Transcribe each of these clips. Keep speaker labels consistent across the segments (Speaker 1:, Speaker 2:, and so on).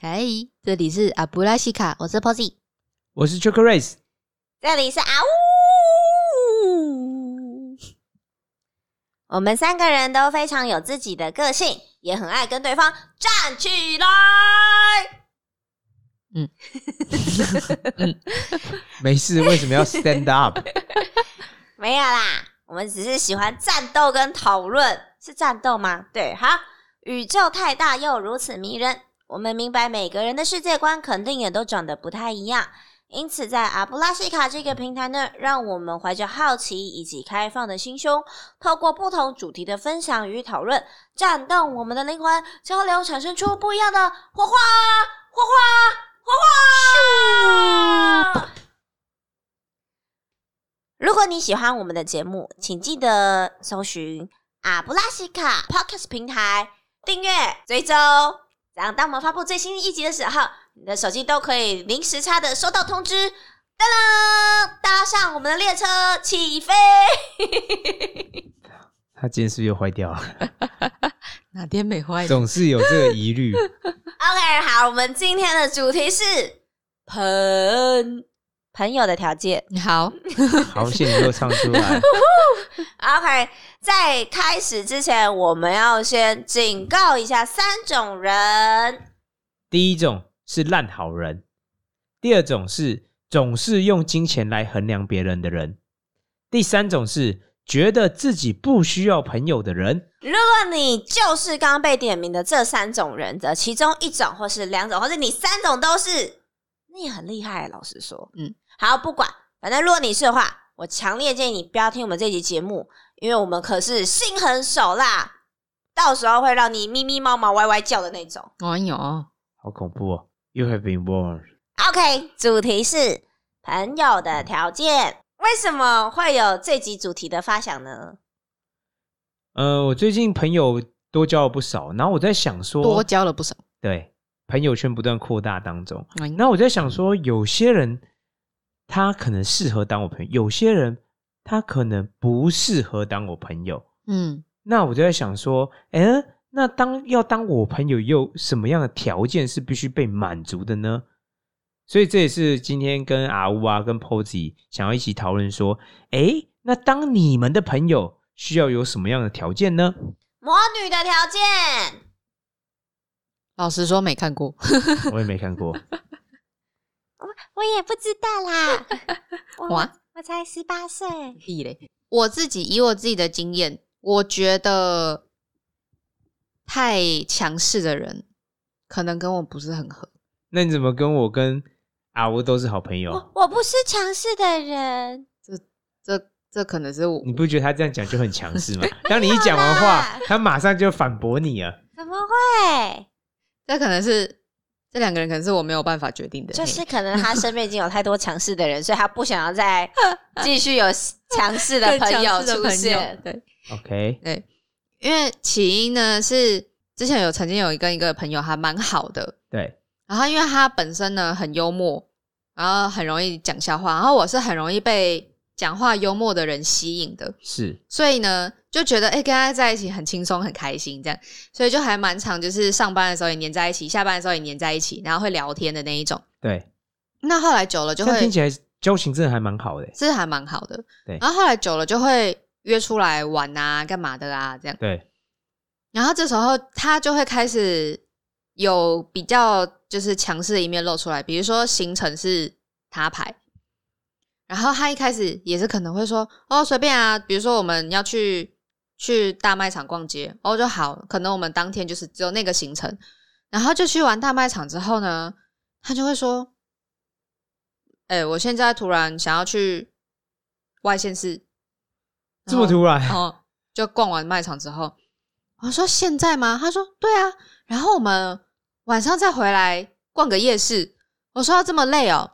Speaker 1: 嗨，哎这里是阿布拉西卡，我是 Posy，
Speaker 2: 我是 Joker Race。
Speaker 3: 这里是啊呜。我们三个人都非常有自己的个性，也很爱跟对方站起来。
Speaker 2: 没 事，为什么要 stand up？
Speaker 3: 没有啦，我们只是喜欢战斗跟讨论，是战斗吗？对，好。宇宙太大又如此迷人，我们明白每个人的世界观肯定也都长得不太一样，因此在阿布拉西卡这个平台呢，让我们怀着好奇以及开放的心胸，透过不同主题的分享与讨论，战斗我们的灵魂，交流产生出不一样的火花，火花，火花！如果你喜欢我们的节目，请记得搜寻阿布拉西卡 Podcast 平台订阅、追踪，然后当我们发布最新一集的时候，你的手机都可以零时差的收到通知。噔噔，搭上我们的列车起飞！
Speaker 2: 他今天是不是又坏掉了？
Speaker 1: 哪天没坏？
Speaker 2: 总是有这个疑虑。
Speaker 3: OK，好，我们今天的主题是朋朋友的条件。
Speaker 1: 好，
Speaker 2: 好险你又唱出 来。
Speaker 3: OK，在开始之前，我们要先警告一下三种人。
Speaker 2: 第一种是烂好人，第二种是总是用金钱来衡量别人的人，第三种是觉得自己不需要朋友的人。
Speaker 3: 如果你就是刚被点名的这三种人的其中一种，或是两种，或是你三种都是，那也很厉害。老实说，
Speaker 1: 嗯
Speaker 3: 嗯，好，不管，反正如果你是的话，我强烈建议你不要听我们这集节目，因为我们可是心狠手辣，到时候会让你咪咪猫毛歪歪叫的那种。
Speaker 1: 哎呦，
Speaker 2: 好恐怖哦！You have been warned。
Speaker 3: OK，主题是朋友的条件。为什么会有这集主题的发想呢？
Speaker 2: 呃，我最近朋友多交了不少，然后我在想说，
Speaker 1: 多交了不少。
Speaker 2: 对朋友圈不断扩大当中，
Speaker 1: 哎
Speaker 2: 那我在想说，有些人他可能适合当我朋友，有些人他可能不适合当我朋友。
Speaker 1: 嗯，
Speaker 2: 那我就在想说，哎、那当要当我朋友，又什么样的条件是必须被满足的呢？所以这也是今天跟阿乌啊、跟 Posy 想要一起讨论说，哎、那当你们的朋友需要有什么样的条件呢？
Speaker 3: 魔女的条件，
Speaker 1: 老实说没看过，
Speaker 2: 我也没看过，
Speaker 3: 我也不知道 啦。
Speaker 1: 哇，
Speaker 3: 我才十八岁，
Speaker 1: 屁嘞！我自己以我自己的经验，我觉得太强势的人可能跟我不是很合。
Speaker 2: 那你怎么跟我跟阿乌都是好朋友？
Speaker 1: 哦
Speaker 3: 我不是强势的人。
Speaker 1: 这这可能是我
Speaker 2: 你不觉得他这样讲就很强 势吗？当你一讲完话
Speaker 3: 啦，
Speaker 2: 他马上就反驳你啊了。
Speaker 3: 怎么会？
Speaker 1: 这可能是这两个人，可能是我没有办法决定的。
Speaker 3: 就是
Speaker 1: 嘿
Speaker 3: 可能他身边已经有太多强势的人，所以他不想要 再继续有强势的朋友出现。
Speaker 1: 对，
Speaker 2: OK，
Speaker 1: 对，因为起因呢是之前有曾经有一个一个朋友还蛮好的，
Speaker 2: 对，
Speaker 1: 然后因为他本身呢很幽默，然后很容易讲笑话，然后我是很容易被讲话幽默的人吸引的，
Speaker 2: 是
Speaker 1: 所以呢就觉得哎、诶跟他在一起很轻松很开心这样，所以就还蛮常就是上班的时候也黏在一起，下班的时候也黏在一起，然后会聊天的那一种。
Speaker 2: 对。
Speaker 1: 那后来久了
Speaker 2: 这
Speaker 1: 就
Speaker 2: 样
Speaker 1: 会
Speaker 2: 听起来交情真的还蛮好的。
Speaker 1: 是还蛮好的，
Speaker 2: 对
Speaker 1: 然后后来久了就会约出来玩啊，干嘛的啊这样。
Speaker 2: 对，
Speaker 1: 然后这时候他就会开始有比较就是强势的一面露出来，比如说行程是他排，然后他一开始也是可能会说哦随便啊，比如说我们要去去大卖场逛街，哦就好，可能我们当天就是只有那个行程，然后就去完大卖场之后呢，他就会说，哎、我现在突然想要去外县市，
Speaker 2: 这么突然，
Speaker 1: 哦，就逛完卖场之后，我说现在吗？他说对啊，然后我们晚上再回来逛个夜市。我说要这么累哦，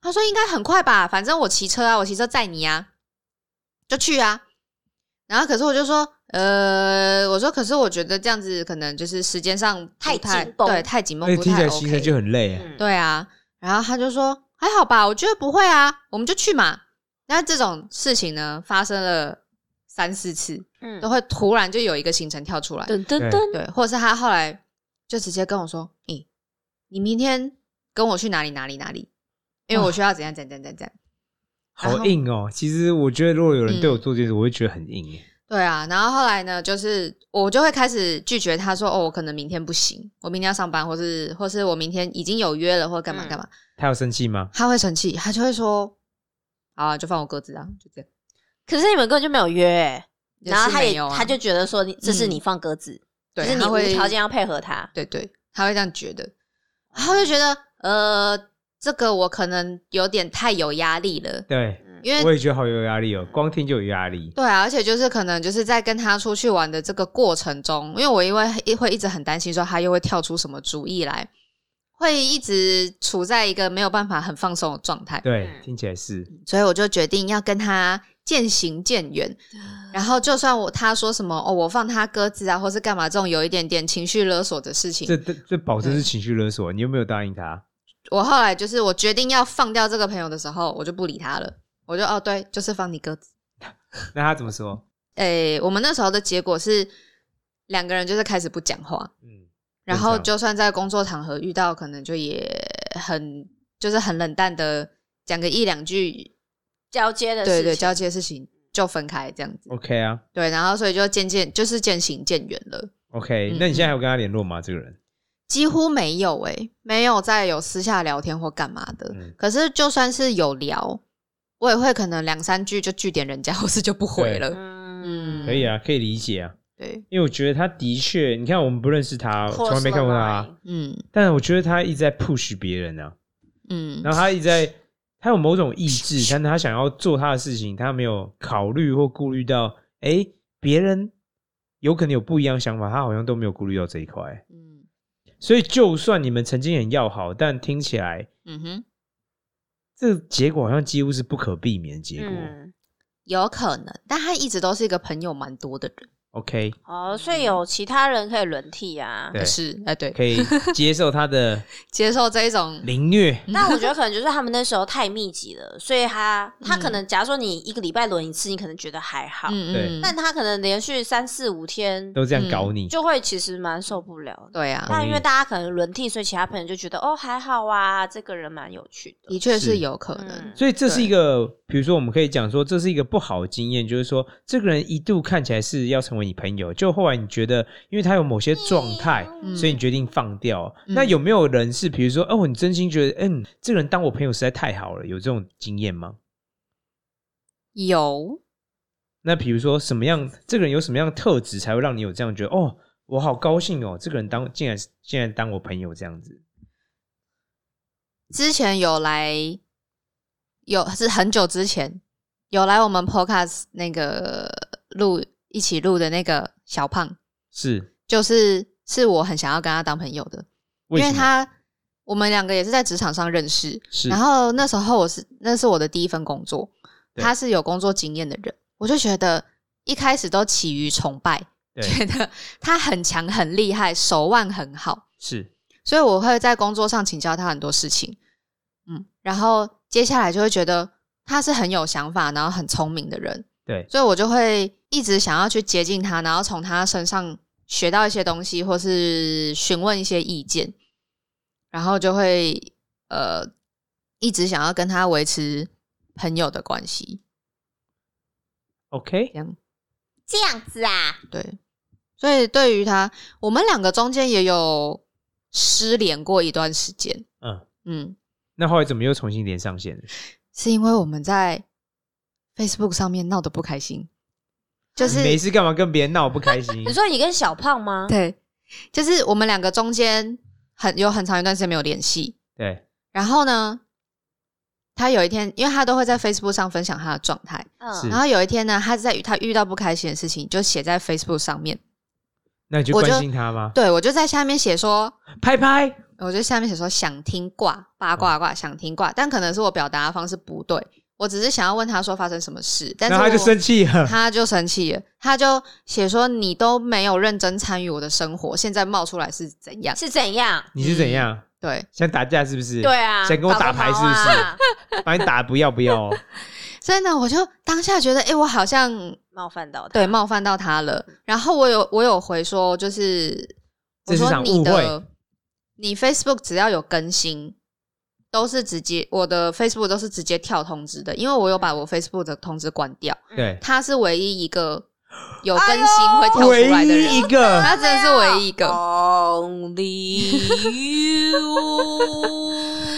Speaker 1: 他说应该很快吧，反正我骑车啊，我骑车载你啊，就去啊。然后可是我就说，呃，我说可是我觉得这样子可能就是时间上不
Speaker 3: 太
Speaker 1: 太
Speaker 3: 紧绷
Speaker 1: 对，太紧绷，
Speaker 2: 而且
Speaker 1: 不
Speaker 2: 哎听起
Speaker 1: 太
Speaker 2: 来行程
Speaker 1: OK。
Speaker 2: 就很累。
Speaker 3: 嗯，
Speaker 1: 对啊，然后他就说还好吧，我觉得不会啊，我们就去嘛。那这种事情呢，发生了三四次，
Speaker 3: 嗯
Speaker 1: 都会突然就有一个行程跳出来，
Speaker 3: 噔噔
Speaker 2: 对
Speaker 3: 噔，
Speaker 1: 对，或者是他后来就直接跟我说：“咦、你明天跟我去哪里哪里哪里，因为我需要怎样怎样怎样怎样。然
Speaker 2: 好
Speaker 1: 后
Speaker 2: 硬哦。其实我觉得，如果有人对我
Speaker 1: 嗯
Speaker 2: 做这件事，我会觉得很硬欸耶。
Speaker 1: 对啊，然后后来呢，就是我就会开始拒绝他说，哦，我可能明天不行，我明天要上班，或是或是我明天已经有约了，或干嘛
Speaker 3: 嗯
Speaker 1: 干嘛，
Speaker 2: 他有生气吗？
Speaker 1: 他会生气，他就会说，好啊，就放我鸽子啊，就这样。
Speaker 3: 可是你们根本就没有约、欸，
Speaker 1: 也
Speaker 3: 然后
Speaker 1: 是
Speaker 3: 他
Speaker 1: 没
Speaker 3: 也、
Speaker 1: 有啊
Speaker 3: 他就觉得说你这是
Speaker 1: 嗯
Speaker 3: 你放鸽子，
Speaker 1: 对，
Speaker 3: 就是你
Speaker 1: 他
Speaker 3: 无
Speaker 1: 会
Speaker 3: 条件要配合他。
Speaker 1: 对对，他会这样觉得，然后就觉得呃，这个我可能有点太有压力了，
Speaker 2: 对，
Speaker 3: 嗯
Speaker 1: 因为
Speaker 2: 我也觉得好有压力哦，光听就有压力。
Speaker 1: 对啊，而且就是可能就是在跟他出去玩的这个过程中，因为我因为会一直很担心说他又会跳出什么主意来，会一直处在一个没有办法很放松的状态，
Speaker 2: 对，
Speaker 3: 嗯
Speaker 2: 听起来是
Speaker 1: 所以我就决定要跟他渐行渐远。然后就算我他说什么哦，我放他鸽子啊，或是干嘛这种有一点点情绪勒索的事情，
Speaker 2: 这这这保证
Speaker 1: 嗯
Speaker 2: 是情绪勒索。你有没有答应他？
Speaker 1: 我后来就是我决定要放掉这个朋友的时候，我就不理他了。我就哦，对，就是放你鸽子。
Speaker 2: 那他怎么说？
Speaker 1: 诶、我们那时候的结果是两个人就是开始不讲话，
Speaker 2: 嗯，
Speaker 1: 然后
Speaker 2: 正常
Speaker 1: 就算在工作场合遇到，可能就也很就是很冷淡的讲个一两句，
Speaker 3: 交接的事
Speaker 1: 对
Speaker 3: 情，
Speaker 1: 对，交接的事情就分开这样子。
Speaker 2: OK 啊
Speaker 1: 对，然后所以就渐渐就是渐行渐远了，
Speaker 2: ，OK
Speaker 1: 嗯。
Speaker 2: 那你现在还有跟他联络吗？这个人？
Speaker 1: 几乎没有诶、没有再有私下聊天或干嘛的。
Speaker 2: 嗯
Speaker 1: 可是就算是有聊，我也会可能两三句就据点人家，或是就不回了。
Speaker 3: 嗯，
Speaker 2: 可以啊，可以理解啊。
Speaker 1: 对，
Speaker 2: 因为我觉得他的确，你看我们不认识他，从来没看过他，啊
Speaker 1: 嗯
Speaker 2: 但我觉得他一直在 push 别人啊，
Speaker 1: 嗯，
Speaker 2: 然后他一直在，他有某种意志，但他想要做他的事情，他没有考虑或顾虑到，哎，别人有可能有不一样想法，他好像都没有顾虑到这一块。
Speaker 1: 嗯
Speaker 2: 所以就算你们曾经很要好，但听起来
Speaker 1: 嗯哼，
Speaker 2: 这个结果好像几乎是不可避免的结果。
Speaker 3: 嗯，
Speaker 1: 有可能，但他一直都是一个朋友蛮多的人，
Speaker 2: OK，
Speaker 3: 哦，所以有其他人可以轮替啊。
Speaker 2: 对
Speaker 1: 是哎、对，
Speaker 2: 可以接受他的
Speaker 1: 接受这一种，
Speaker 2: 凌虐，
Speaker 3: 但我觉得可能就是他们那时候太密集了，所以他他可
Speaker 2: 嗯
Speaker 3: 能，假如说你一个礼拜轮一次，你可能觉得还好，
Speaker 1: 嗯
Speaker 2: 对
Speaker 1: 嗯，
Speaker 3: 但他可能连续三四五天
Speaker 2: 都这样搞你。
Speaker 3: 就会其实蛮受不了的。
Speaker 1: 对啊，
Speaker 3: 但因为
Speaker 2: 同意
Speaker 3: 大家可能轮替，所以其他朋友就觉得哦还好啊，这个人蛮有趣的。
Speaker 1: 的确
Speaker 2: 是
Speaker 1: 是有可能
Speaker 3: 嗯，
Speaker 2: 所以这是一个，比如说我们可以讲说，这是一个不好的经验，就是说这个人一度看起来是要成为你朋友，就后来你觉得，因为他有某些状态，
Speaker 1: 嗯
Speaker 2: 所以你决定放掉。
Speaker 1: 嗯
Speaker 2: 那有没有人是，比如说，哦，你真心觉得，嗯，这个人当我朋友实在太好了，有这种经验吗？
Speaker 1: 有，
Speaker 2: 那比如说什么样，这个人有什么样的特质才会让你有这样觉得，哦，我好高兴哦，这个人当竟然竟然当我朋友这样子，
Speaker 1: 之前有来，有是很久之前有来我们 podcast 那个录一起录的那个小胖，
Speaker 2: 是
Speaker 1: 就是是我很想要跟他当朋友的，
Speaker 2: 为
Speaker 1: 因
Speaker 2: 什
Speaker 1: 为
Speaker 2: 么？
Speaker 1: 他我们两个也是在职场上认识，
Speaker 2: 是，
Speaker 1: 然后那时候我是那是我的第一份工作，
Speaker 2: 对
Speaker 1: 他是有工作经验的人，我就觉得一开始都起于崇拜，
Speaker 2: 对
Speaker 1: 觉得他很强很厉害，手腕很好，
Speaker 2: 是
Speaker 1: 所以我会在工作上请教他很多事情，嗯，然后接下来就会觉得他是很有想法，然后很聪明的人，
Speaker 2: 对
Speaker 1: 所以我就会一直想要去接近他，然后从他身上学到一些东西，或是询问一些意见，然后就会呃一直想要跟他维持朋友的关系，
Speaker 2: ，OK，
Speaker 1: 这样
Speaker 3: 这样子啊，
Speaker 2: 嗯
Speaker 1: 对。所以对于他，我们两个中间也有失联过一段时间，
Speaker 2: 嗯，
Speaker 1: 嗯，
Speaker 2: 那后来怎么又重新连上线了？
Speaker 1: 是因为我们在 Facebook 上面闹得不开心，就是
Speaker 2: 你没事干嘛跟别人闹不开心？
Speaker 3: 你说你跟小胖吗？
Speaker 1: 对，就是我们两个中间很有很长一段时间没有联系。
Speaker 2: 对，
Speaker 1: 然后呢，他有一天，因为他都会在 Facebook 上分享他的状态。
Speaker 3: 嗯
Speaker 2: 是
Speaker 1: 然后有一天呢，他在他遇到不开心的事情，就写在 Facebook 上面。
Speaker 2: 那你就
Speaker 1: 我
Speaker 2: 关
Speaker 1: 就
Speaker 2: 心他吗？
Speaker 1: 对我就在下面写说，
Speaker 2: 拍拍，
Speaker 1: 我就下面写说想听挂八卦卦想听挂，但可能是我表达的方式不对，我只是想要问他说发生什么事，但
Speaker 2: 然
Speaker 1: 是
Speaker 2: 后他就
Speaker 1: 我
Speaker 2: 生气 了。
Speaker 1: 他就生气了，他就写说你都没有认真参与我的生活，现在冒出来是怎样？
Speaker 3: 是怎样？
Speaker 2: 你是怎样、
Speaker 1: 对，
Speaker 2: 想打架是不是？
Speaker 3: 对，啊，
Speaker 2: 想跟我打牌是不是
Speaker 3: 搞个毛啊
Speaker 2: 把你打不要不 要、哦。
Speaker 1: 所以呢，我就当下觉得，哎、我好像
Speaker 3: 冒犯到他，
Speaker 1: 对冒犯到他了。然后我有我有回说，就是我
Speaker 2: 这是
Speaker 1: 说
Speaker 2: 场
Speaker 1: 你
Speaker 2: 误会
Speaker 1: 的你 Facebook 只要有更新，都是直接我的 Facebook 都是直接跳通知的，因为我有把我 Facebook 的通知关掉，
Speaker 2: 对，
Speaker 1: 他是唯一一个有更新会跳
Speaker 2: 唯
Speaker 1: 出来的人，
Speaker 2: 一一 个
Speaker 1: 他真的是唯一一个。
Speaker 3: Only you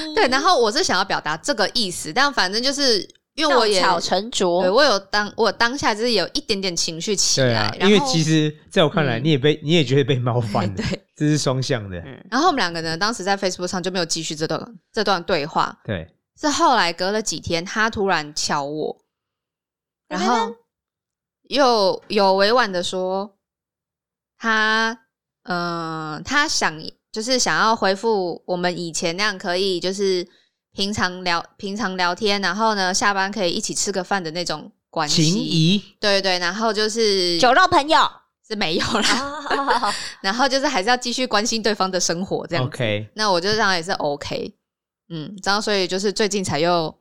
Speaker 1: 对，然后我是想要表达这个意思，但反正就是因为我也
Speaker 3: 弄巧成
Speaker 1: 对
Speaker 3: 拙，
Speaker 1: 我有当我当下就是有一点点情绪起
Speaker 2: 对
Speaker 1: 来，
Speaker 2: 啊，
Speaker 1: 然
Speaker 2: 因
Speaker 1: 后
Speaker 2: 为其实在我看来，
Speaker 1: 嗯
Speaker 2: 你也被你也觉得被 冒犯了，
Speaker 1: 对，嗯
Speaker 2: 这是双向的，
Speaker 3: 嗯
Speaker 1: 然后我们两个呢，当时在 Facebook 上就没有继续这段这段对话，
Speaker 2: 对，
Speaker 1: 是后来隔了几天，他突然敲我，然后又有委婉的说，他嗯、呃他想就是想要恢复我们以前那样可以就是平常聊平常聊天，然后呢下班可以一起吃个饭的那种关系，
Speaker 2: 情谊
Speaker 1: 对对，然后就是
Speaker 3: 酒肉朋友。
Speaker 1: 是没有
Speaker 3: 哦
Speaker 1: 啦， 然后就是还是要继续关心对方的生活这样子。
Speaker 2: ，OK，
Speaker 1: 那我就这样也是 OK，嗯，然后所以就是最近才又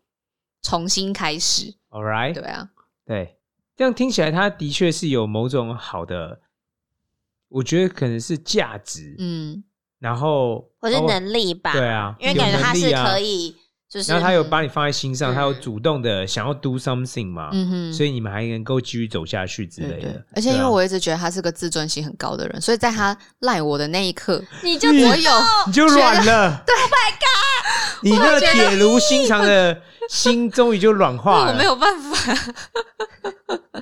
Speaker 1: 重新开始，
Speaker 2: ，All right，
Speaker 1: 对啊，
Speaker 2: 对，这样听起来，他的确是有某种好的，我觉得可能是价值，
Speaker 1: 嗯，
Speaker 2: 然后
Speaker 3: 我是
Speaker 2: 包括
Speaker 3: 能力吧，
Speaker 2: 哦对啊，
Speaker 3: 因为感觉他
Speaker 2: 有
Speaker 3: 是
Speaker 2: 能力啊
Speaker 3: 可以，就是
Speaker 2: 然后他有把你放在心上，
Speaker 3: 嗯
Speaker 2: 他有主动的想要 do something 嘛，
Speaker 1: 嗯哼，
Speaker 2: 所
Speaker 1: 以
Speaker 2: 以你们还能够继续走下去之类的。
Speaker 1: 而且因
Speaker 2: 对
Speaker 1: 为
Speaker 2: 啊
Speaker 1: 我一直觉得他是个自尊心很高的人，所以在他赖我的那一 刻，
Speaker 3: 你就
Speaker 2: 嗯
Speaker 1: 我有
Speaker 2: 你就软 了，对，Oh my god！你那个铁如心肠 的心终于就软化
Speaker 1: 我
Speaker 2: 了。
Speaker 1: 没，有办 法，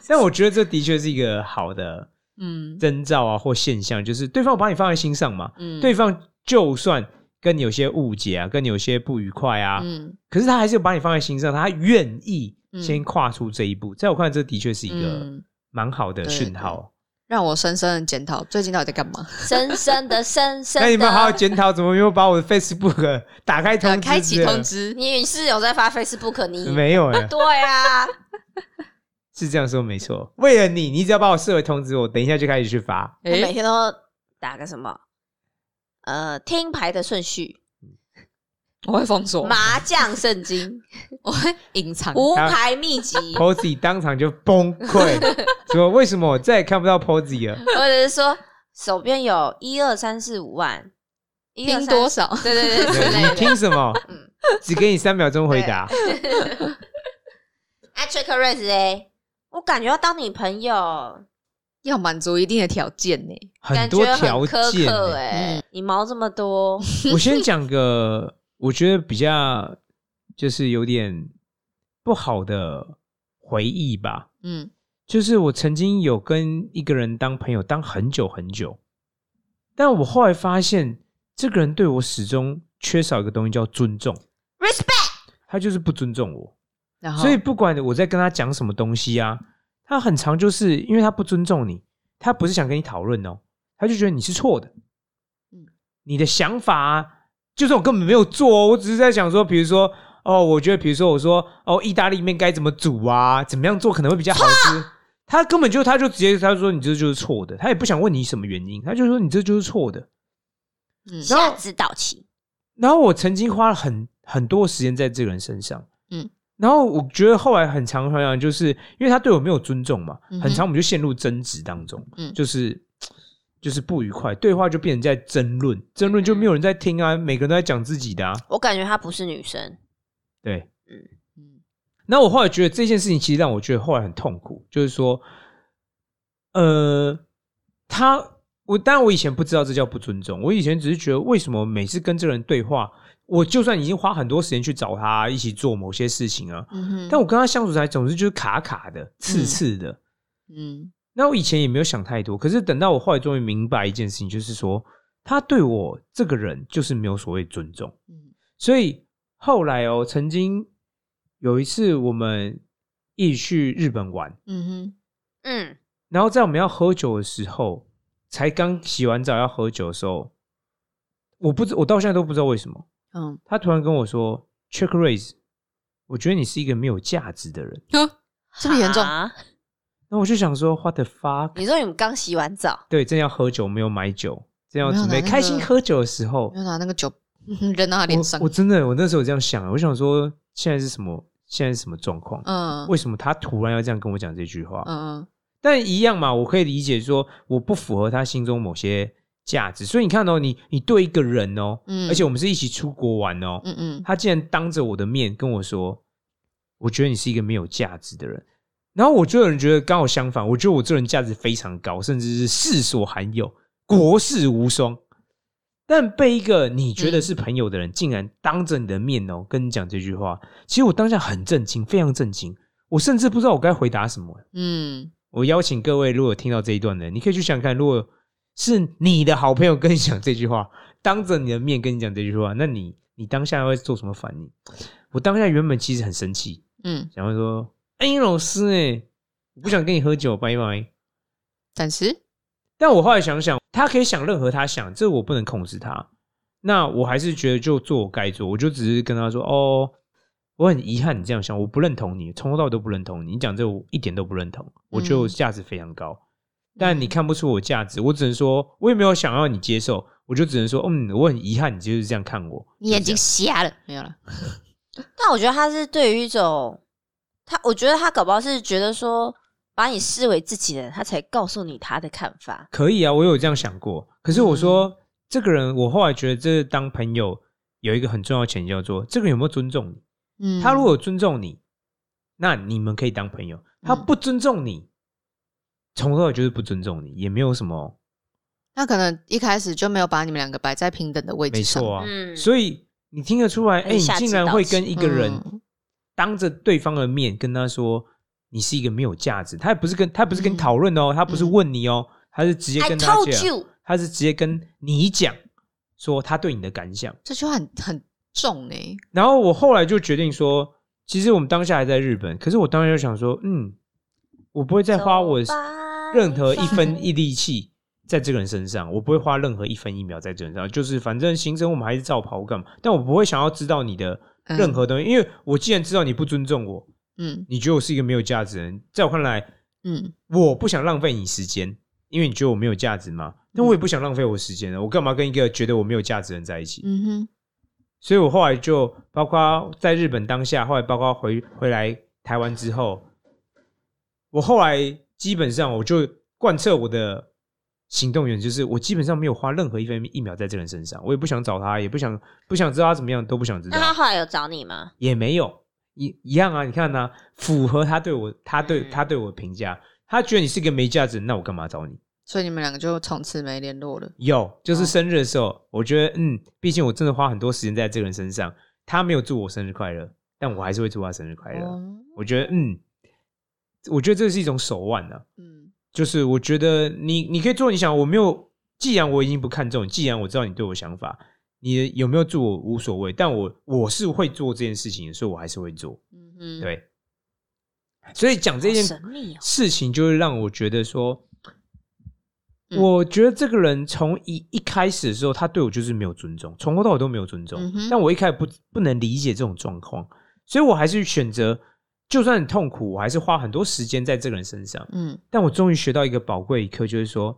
Speaker 2: 但我觉得这的确是一个好的
Speaker 1: 嗯
Speaker 2: 征兆啊，或现象，就是对方把你放在心上嘛，
Speaker 1: 嗯，
Speaker 2: 对，方就算跟你有些误解啊，跟你有些不愉快啊，
Speaker 1: 嗯
Speaker 2: 可是他还是把你放在心上，他愿意
Speaker 1: 嗯
Speaker 2: 先跨出这一步。在我看来，这的确是一个
Speaker 1: 嗯，
Speaker 2: 蛮好的
Speaker 1: 对
Speaker 2: 讯号。
Speaker 1: 让我深深的检讨最近到底在干嘛，
Speaker 3: 深深的、深深
Speaker 2: 那
Speaker 3: 的。啊
Speaker 2: 你们好好检讨，怎么没有把我的 Facebook 打开 通知？
Speaker 1: 开启通。知，
Speaker 3: 你是有在发 Facebook，你
Speaker 2: 没有哎，
Speaker 3: 对 啊，
Speaker 2: 是这样说没错。为了你，你只要把我设为通知，我等一下就开始去发。
Speaker 3: 我每天都打个什么？呃，听牌的顺序，
Speaker 1: 我会封锁，
Speaker 3: 麻将圣经，
Speaker 1: 我会隐藏，
Speaker 3: 哦 无牌哦秘 籍，
Speaker 2: Posy 当场就崩溃， 说为什么我再也看不到 Posy 了？
Speaker 3: 或者是说手边有一二三四五万，一二
Speaker 1: 听
Speaker 3: 三
Speaker 1: 多，少，
Speaker 3: 对对对之
Speaker 2: 对你
Speaker 3: 类的。
Speaker 2: 听 什么？
Speaker 3: 嗯
Speaker 2: 只给你三秒钟回答。
Speaker 3: 啊 t r i c k r a c e 哎，我感觉要当你朋友，
Speaker 1: 要满足一定的条件呢，
Speaker 2: 很
Speaker 3: 感
Speaker 2: 多
Speaker 3: 觉很
Speaker 2: 条
Speaker 3: 苛
Speaker 2: 件
Speaker 3: 刻
Speaker 2: 欸
Speaker 3: 哎、
Speaker 1: 嗯
Speaker 3: 你毛这么多，
Speaker 2: 我先讲个，我觉得比较就是有点不好的回忆吧。
Speaker 1: 嗯
Speaker 2: 就是我曾经有跟一个人当朋友，当很久很久，但我后来发现，这个人对我始终缺少一个东西，叫尊重。
Speaker 3: respect，
Speaker 2: 他就是不尊重我，
Speaker 1: 然后
Speaker 2: 所以不管我在跟他讲什么东西啊，他很常就是因为他不尊重你，他不是想跟你讨论哦，他就觉得你是错的，
Speaker 1: 嗯
Speaker 2: 你的想法啊，就是我根本没有做哦，我只是在想说，比如说哦，我觉得比如说我说哦，意大利面该怎么煮啊，怎么样做可能会比较好吃，他根本就他就直接他就说你这就是错的，他也不想问你什么原因，他就说你这就是错的。
Speaker 1: 嗯
Speaker 3: 下指导棋，
Speaker 2: 然后我曾经花了很很多时间在这个人身上，嗯
Speaker 1: 嗯，
Speaker 2: 然后我觉得后来很常很常就是因为他对我没有尊重嘛，
Speaker 1: 嗯哼
Speaker 2: 很常我们就陷入争执当中，嗯，
Speaker 1: 嗯
Speaker 2: 就是就是不愉快，对话就变成在争论，争论就没有人在听啊，每个人都在讲自己的啊，
Speaker 3: 我感觉她不是女生，
Speaker 2: 对。
Speaker 1: 嗯
Speaker 2: 那我后来觉得这件事情其实让我觉得后来很痛苦，就是说，呃，他我当然我以前不知道这叫不尊重，我以前只是觉得为什么每次跟这个人对话，我就算已经花很多时间去找他一起做某些事情啊，
Speaker 1: 嗯哼，
Speaker 2: 但我跟他相处起来总是就是卡卡的、刺刺的。
Speaker 1: 嗯
Speaker 2: 那我以前也没有想太多，可是等到我后来终于明白一件事情，就是说他对我这个人就是没有所谓尊重。
Speaker 1: 嗯
Speaker 2: 所以后来哦，曾经有一次我们一起去日本玩，
Speaker 1: 嗯哼，
Speaker 3: 嗯，
Speaker 2: 然后在我们要喝酒的时候，才刚洗完澡要喝酒的时候，我不知我到现在都不知道为什么，
Speaker 1: 嗯，
Speaker 2: 他突然跟我说 “check raise”，我觉得你是一个没有价值的人。
Speaker 1: 这么严重
Speaker 3: 啊
Speaker 2: 那我就想说，what the fuck？
Speaker 3: 你说你们刚洗完澡，
Speaker 2: 对，正要喝酒，没有买酒，正要
Speaker 1: 没有
Speaker 2: 准备
Speaker 1: 拿那个
Speaker 2: 开心喝酒的时候
Speaker 1: 没，有拿那个酒 扔到他脸上
Speaker 2: 我我，真的我那时候有这样想，我想说现在是什么现在是什么状况？
Speaker 1: 嗯
Speaker 2: 为什么他突然要这样跟我讲这句话？
Speaker 1: 嗯嗯
Speaker 2: 但一样嘛，我可以理解说我不符合他心中某些价值。所以你看哦，你你对一个人哦，
Speaker 1: 嗯
Speaker 2: 而且我们是一起出国玩哦，
Speaker 1: 嗯嗯，
Speaker 2: 他竟然当着我的面跟我说，我觉得你是一个没有价值的人。然后我就有人觉得刚好相反，我觉得我这人价值非常高，甚至是世所罕有，国士无双。但被一个你觉得
Speaker 1: 嗯
Speaker 2: 是朋友的人，竟然当着你的面哦跟你讲这句话，其实我当下很震惊，非常震惊，我甚至不知道我该回答什么。
Speaker 1: 嗯，
Speaker 2: 我邀请各位，如果有听到这一段的，你可以去想想看，如果是你的好朋友跟你讲这句话，当着你的面跟你讲这句话，那你你当下会做什么反应？我当下原本其实很生气，
Speaker 1: 嗯，
Speaker 2: 想要说：“哎、老师、哎，我不想跟你喝酒，拜拜。
Speaker 1: 暂时，”
Speaker 2: 但我后来想想，他可以想任何他想，这我不能控制他。那我还是觉得就做我该做，我就只是跟他说：“哦，我很遗憾你这样想，我不认同你，从头到尾都不认同你。你讲这我一点都不认同，我觉得我
Speaker 1: 嗯
Speaker 2: 价值非常高。但你
Speaker 1: 嗯
Speaker 2: 看不出我价值，我只能说，我也没有想要你接受，我就只能说，嗯，我很遗憾你就是这样看我。
Speaker 1: 你眼
Speaker 2: 就
Speaker 1: 睛
Speaker 2: 是
Speaker 1: 瞎了没有了？
Speaker 3: 但我觉得他是对于一种，他我觉得他搞不好是觉得说，把你视为自己人，他才告诉你他的看法。
Speaker 2: 这样可以啊，我有这样想过。可是我说，
Speaker 1: 嗯
Speaker 2: 这个人，我后来觉得，这当朋友有一个很重要的前提，叫做这个人有没有尊重你。
Speaker 1: 嗯，
Speaker 2: 他如果有尊重你，那你们可以当朋友；他
Speaker 1: 嗯
Speaker 2: 不尊重你，从头到尾就是不尊重你，也没有什么
Speaker 1: 他可能一开始就没有把你们两个摆在平等的位置
Speaker 2: 没
Speaker 1: 上，
Speaker 2: 错啊。
Speaker 3: 嗯
Speaker 2: 所以你听得出来，哎、
Speaker 3: 很
Speaker 2: 你
Speaker 3: 下
Speaker 2: 竟
Speaker 3: 指
Speaker 2: 然
Speaker 3: 导
Speaker 2: 会
Speaker 3: 棋
Speaker 2: 跟一个人。
Speaker 1: 嗯
Speaker 2: 当着对方的面跟他说你是一个没有价值，他也不是跟他不是
Speaker 3: 嗯
Speaker 2: 跟你讨论哦，他不是问你哦，他是直接
Speaker 3: I
Speaker 2: 跟他
Speaker 3: told
Speaker 2: 讲，
Speaker 3: you，
Speaker 2: 他是直接跟你讲说他对你的感想。
Speaker 1: 这句话很很重哎、
Speaker 2: 然后我后来就决定说，其实我们当下还在日本，可是我当时就想说，嗯，我不会再花我
Speaker 3: 走吧
Speaker 2: 任何一分一力气在这个人身上，我不会花任何一分一秒在这个人身上，就是反正行程我们还是照跑，我干嘛？但我不会想要知道你的
Speaker 1: 嗯
Speaker 2: 任何东西，因为我既然知道你不尊重我，
Speaker 1: 嗯
Speaker 2: 你觉得我是一个没有价值的人，在我看来，
Speaker 1: 嗯
Speaker 2: 我不想浪费你时间，因为你觉得我没有价值嘛。但我也不想浪费我时间了，我干嘛跟一个觉得我没有价值的人在一起？
Speaker 1: 嗯哼
Speaker 2: 所以我后来就包括在日本当下，后来包括回回来台湾之后，我后来基本上我就贯彻我的行动原则，就是我基本上没有花任何一分一秒在这个人身上，我也不想找他，也不想 不想知道他怎么样，都不想知 道
Speaker 3: 那。他后来有找你吗？
Speaker 2: 也没有一一样啊。你看呢、符合他对我，他对、
Speaker 3: 嗯
Speaker 2: 他对我的评价，他觉得你是一个没价值，那我干嘛找你？
Speaker 1: 所以你们两个就从此没联络了。
Speaker 2: 有，就是
Speaker 1: 哦
Speaker 2: 生日的时候，我觉得嗯，毕竟我真的花很多时间在这个人身上，他没有祝我生日快乐，但我还是会祝他生日快乐。
Speaker 1: 哦，
Speaker 2: 我觉得嗯，我觉得这是一种手腕啊，
Speaker 1: 嗯
Speaker 2: 就是我觉得你你可以做你想，我没有，既然我已经不看重你，既然我知道你对我想法。你有没有做我无所谓，但我我是会做这件事情的，所以我还是会做。
Speaker 1: 嗯哼，，
Speaker 2: 对，所以讲这
Speaker 3: 好
Speaker 2: 件
Speaker 3: 神秘哦，
Speaker 2: 事情，就会让我觉得说，
Speaker 1: 嗯
Speaker 2: 我觉得这个人从一一开始的时候，他对我就是没有尊重，从头到尾都没有尊重。
Speaker 1: 嗯哼
Speaker 2: 但我一开始不不能理解这种状况，所以我还是选择，就算很痛苦，我还是花很多时间在这个人身上。
Speaker 1: 嗯
Speaker 2: 但我终于学到一个宝贵一课，就是说，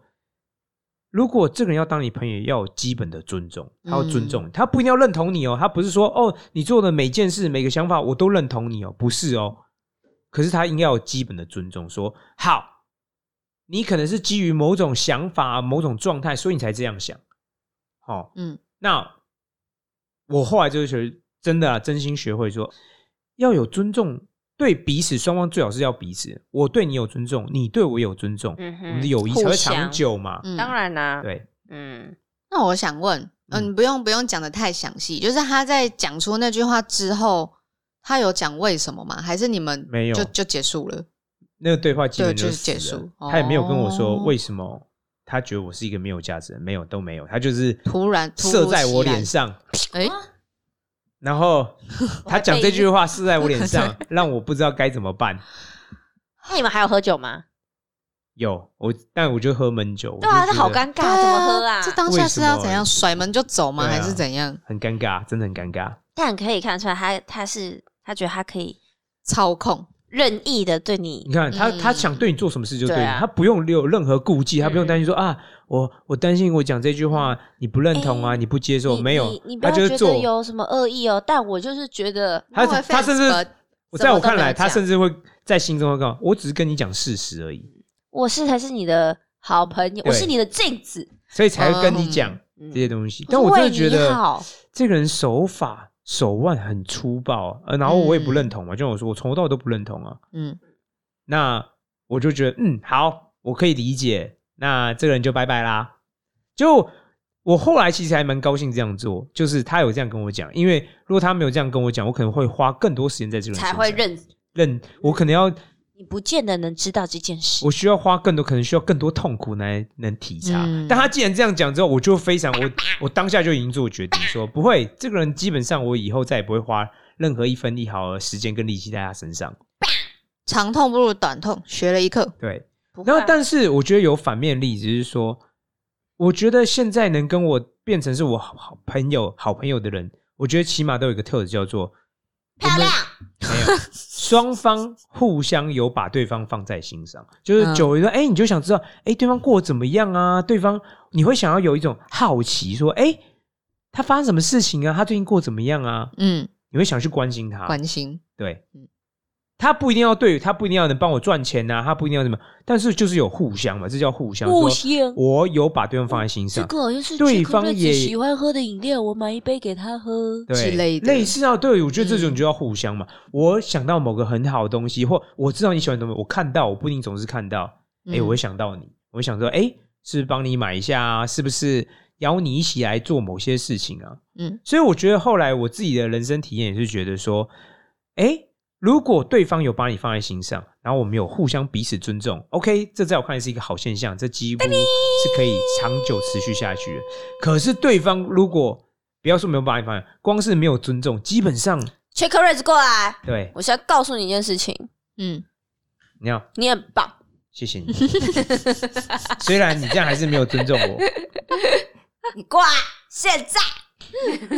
Speaker 2: 如果这个人要当你朋友，要有基本的尊重，他要尊重你，他不一定要认同你哦，他不是说哦，你做的每件事、每个想法我都认同你哦，不是哦，可是他应该有基本的尊重，说好，你可能是基于某种想法、某种状态，所以你才这样想，哦，
Speaker 1: 嗯
Speaker 2: 那我后来就是学，真的啊，真心学会说，要有尊重对彼此，双方最好是要彼此。我对你有尊重，你对我有尊重，
Speaker 3: 嗯哼
Speaker 2: 我们的友谊才会长久嘛。
Speaker 1: 嗯，
Speaker 3: 当。然啦、
Speaker 2: 对，
Speaker 3: 嗯，
Speaker 1: 那我想问，嗯，
Speaker 2: 嗯
Speaker 1: 你不用不用讲的太详细，就是他在讲出那句话之后，他有讲为什么吗？还是你们
Speaker 2: 没有
Speaker 1: 就就结束了？
Speaker 2: 那个对话基本
Speaker 1: 对就是
Speaker 2: 死了
Speaker 1: 结束
Speaker 2: 他也没有跟我说
Speaker 1: 哦
Speaker 2: 为什么他觉得我是一个没有价值的人，没有都没有，他就是
Speaker 1: 突然突如
Speaker 2: 射在我
Speaker 1: 其来
Speaker 2: 脸上，
Speaker 1: 哎、，
Speaker 2: 然后他讲这句话射在我脸上 让我不知道该怎么办。
Speaker 3: 那你们还有喝酒吗？
Speaker 2: 有我，但我就喝闷酒，
Speaker 3: 对啊，
Speaker 2: 我就
Speaker 3: 这
Speaker 2: 觉
Speaker 3: 好
Speaker 2: 得
Speaker 3: 尴
Speaker 1: 对
Speaker 3: 尬，怎么喝啊？
Speaker 1: 这当下是要怎样
Speaker 2: 为什么
Speaker 1: 甩门就走吗？
Speaker 2: 对啊
Speaker 1: 还是怎样
Speaker 2: 很尴尬，真的很尴尬。
Speaker 3: 但可以看出来他，他是他觉得他可以
Speaker 1: 操控？
Speaker 3: 任意的对你
Speaker 2: 你看他，他
Speaker 1: 嗯
Speaker 2: 想对你做什么事就对
Speaker 3: 对
Speaker 2: 你，
Speaker 3: 啊
Speaker 2: 他不用有任何顾忌，他不用
Speaker 3: 嗯
Speaker 2: 担心说啊，我我担心我讲这句话你不认同啊，
Speaker 3: 哎
Speaker 2: 你不接受，
Speaker 3: 你
Speaker 2: 没
Speaker 3: 你
Speaker 2: 有
Speaker 3: 你，不
Speaker 2: 他
Speaker 3: 要
Speaker 2: 就
Speaker 3: 觉
Speaker 2: 是
Speaker 3: 得
Speaker 2: 做。
Speaker 3: 有什么恶意哦。但我就是觉得，
Speaker 2: 他
Speaker 1: No
Speaker 2: 他
Speaker 1: offense,
Speaker 2: 甚至
Speaker 1: but
Speaker 2: 我
Speaker 1: 什
Speaker 2: 在
Speaker 1: 么
Speaker 2: 我
Speaker 1: 都
Speaker 2: 看
Speaker 1: 没有
Speaker 2: 来，他
Speaker 1: 讲
Speaker 2: 甚至会在心中会告诉我，我只是跟你讲事实而已。
Speaker 3: 我是才是你的好朋友，
Speaker 2: 对
Speaker 3: 我是你的镜子，
Speaker 2: 所以才会跟你讲
Speaker 3: 嗯
Speaker 2: 这些东西。
Speaker 3: 我
Speaker 2: 但
Speaker 3: 说
Speaker 2: 我真的
Speaker 3: 为
Speaker 2: 觉
Speaker 3: 你
Speaker 2: 得
Speaker 3: 好
Speaker 2: 这个人手法手腕很粗暴，呃，然后我也不
Speaker 1: 嗯
Speaker 2: 认同嘛，就像我说，我从头到尾都不认同啊。
Speaker 1: 嗯，
Speaker 2: 那我就觉得，嗯，好，我可以理解。那这个人就拜拜啦。就我后来其实还蛮高兴这样做，就是他有这样跟我讲，因为如果他没有这样跟我讲，我可能会花更多时间在这个人
Speaker 3: 才
Speaker 2: 身
Speaker 3: 会
Speaker 2: 上
Speaker 3: 认，
Speaker 2: 认，我可能要
Speaker 3: 你不见得能知道这件事。
Speaker 2: 我需要花更多，可能需要更多痛苦来能体察。
Speaker 1: 嗯
Speaker 2: 但他既然这样讲之后，我就非常我我当下就已经做决定说，不会，这个人基本上我以后再也不会花任何一分一毫的时间跟力气在他身上。
Speaker 1: 长痛不如短痛，学了一课。
Speaker 2: 对，
Speaker 3: 不会
Speaker 2: 然后
Speaker 3: 啊
Speaker 2: 但是我觉得有反面例子是说，我觉得现在能跟我变成是我好好朋友、好朋友的人，我觉得起码都有一个特质叫做
Speaker 3: 漂亮，
Speaker 2: 没有，双方互相有把对方放在心上，就是
Speaker 1: 嗯
Speaker 2: 久了说，哎、你就想知道，哎、对方过得怎么样啊？对方你会想要有一种好奇，说，哎、他发生什么事情啊？他最近过得怎么样啊？
Speaker 1: 嗯，
Speaker 2: 你会想去关心他，
Speaker 1: 关心，
Speaker 2: 对
Speaker 1: 嗯，
Speaker 2: 他不一定要对，他不一定要能帮我赚钱呐、他不一定要什么，但是就是有互相嘛，这叫互相。
Speaker 3: 互
Speaker 2: 说
Speaker 3: 相
Speaker 2: 我有把对方放在心
Speaker 3: 这
Speaker 2: 上，
Speaker 3: 个好像是
Speaker 2: 对
Speaker 3: 这个
Speaker 2: 方
Speaker 3: 瑞子
Speaker 2: 也
Speaker 3: 喜欢喝的饮料，我买一杯给他喝。
Speaker 2: 对
Speaker 1: 之类的
Speaker 2: 类似啊，对，我觉得这种
Speaker 1: 嗯
Speaker 2: 就要互相嘛。我想到某个很好的东西，或我知道你喜欢的东西，我看到，我不一定总是看到，哎、
Speaker 1: 嗯
Speaker 2: 我会想到你，我会想说，哎、是不是帮你买一下啊？是不是邀你一起来做某些事情啊？
Speaker 1: 嗯，
Speaker 2: 所以我觉得后来我自己的人生体验也是觉得说，哎、如果对方有把你放在心上，然后我们有互相彼此尊重，OK，这在我看来是一个好现象，这几乎是可以长久持续下去的。可是对方如果不要说没有把你放在，光是没有尊重，基本上
Speaker 3: Check r a i s 过来，
Speaker 2: 对，
Speaker 3: 我现在告诉你一件事情，
Speaker 1: 嗯，
Speaker 2: 你要
Speaker 3: 你很棒。
Speaker 2: 谢谢你， 虽然你这样还是没有尊重我。
Speaker 3: 你过来，现 在。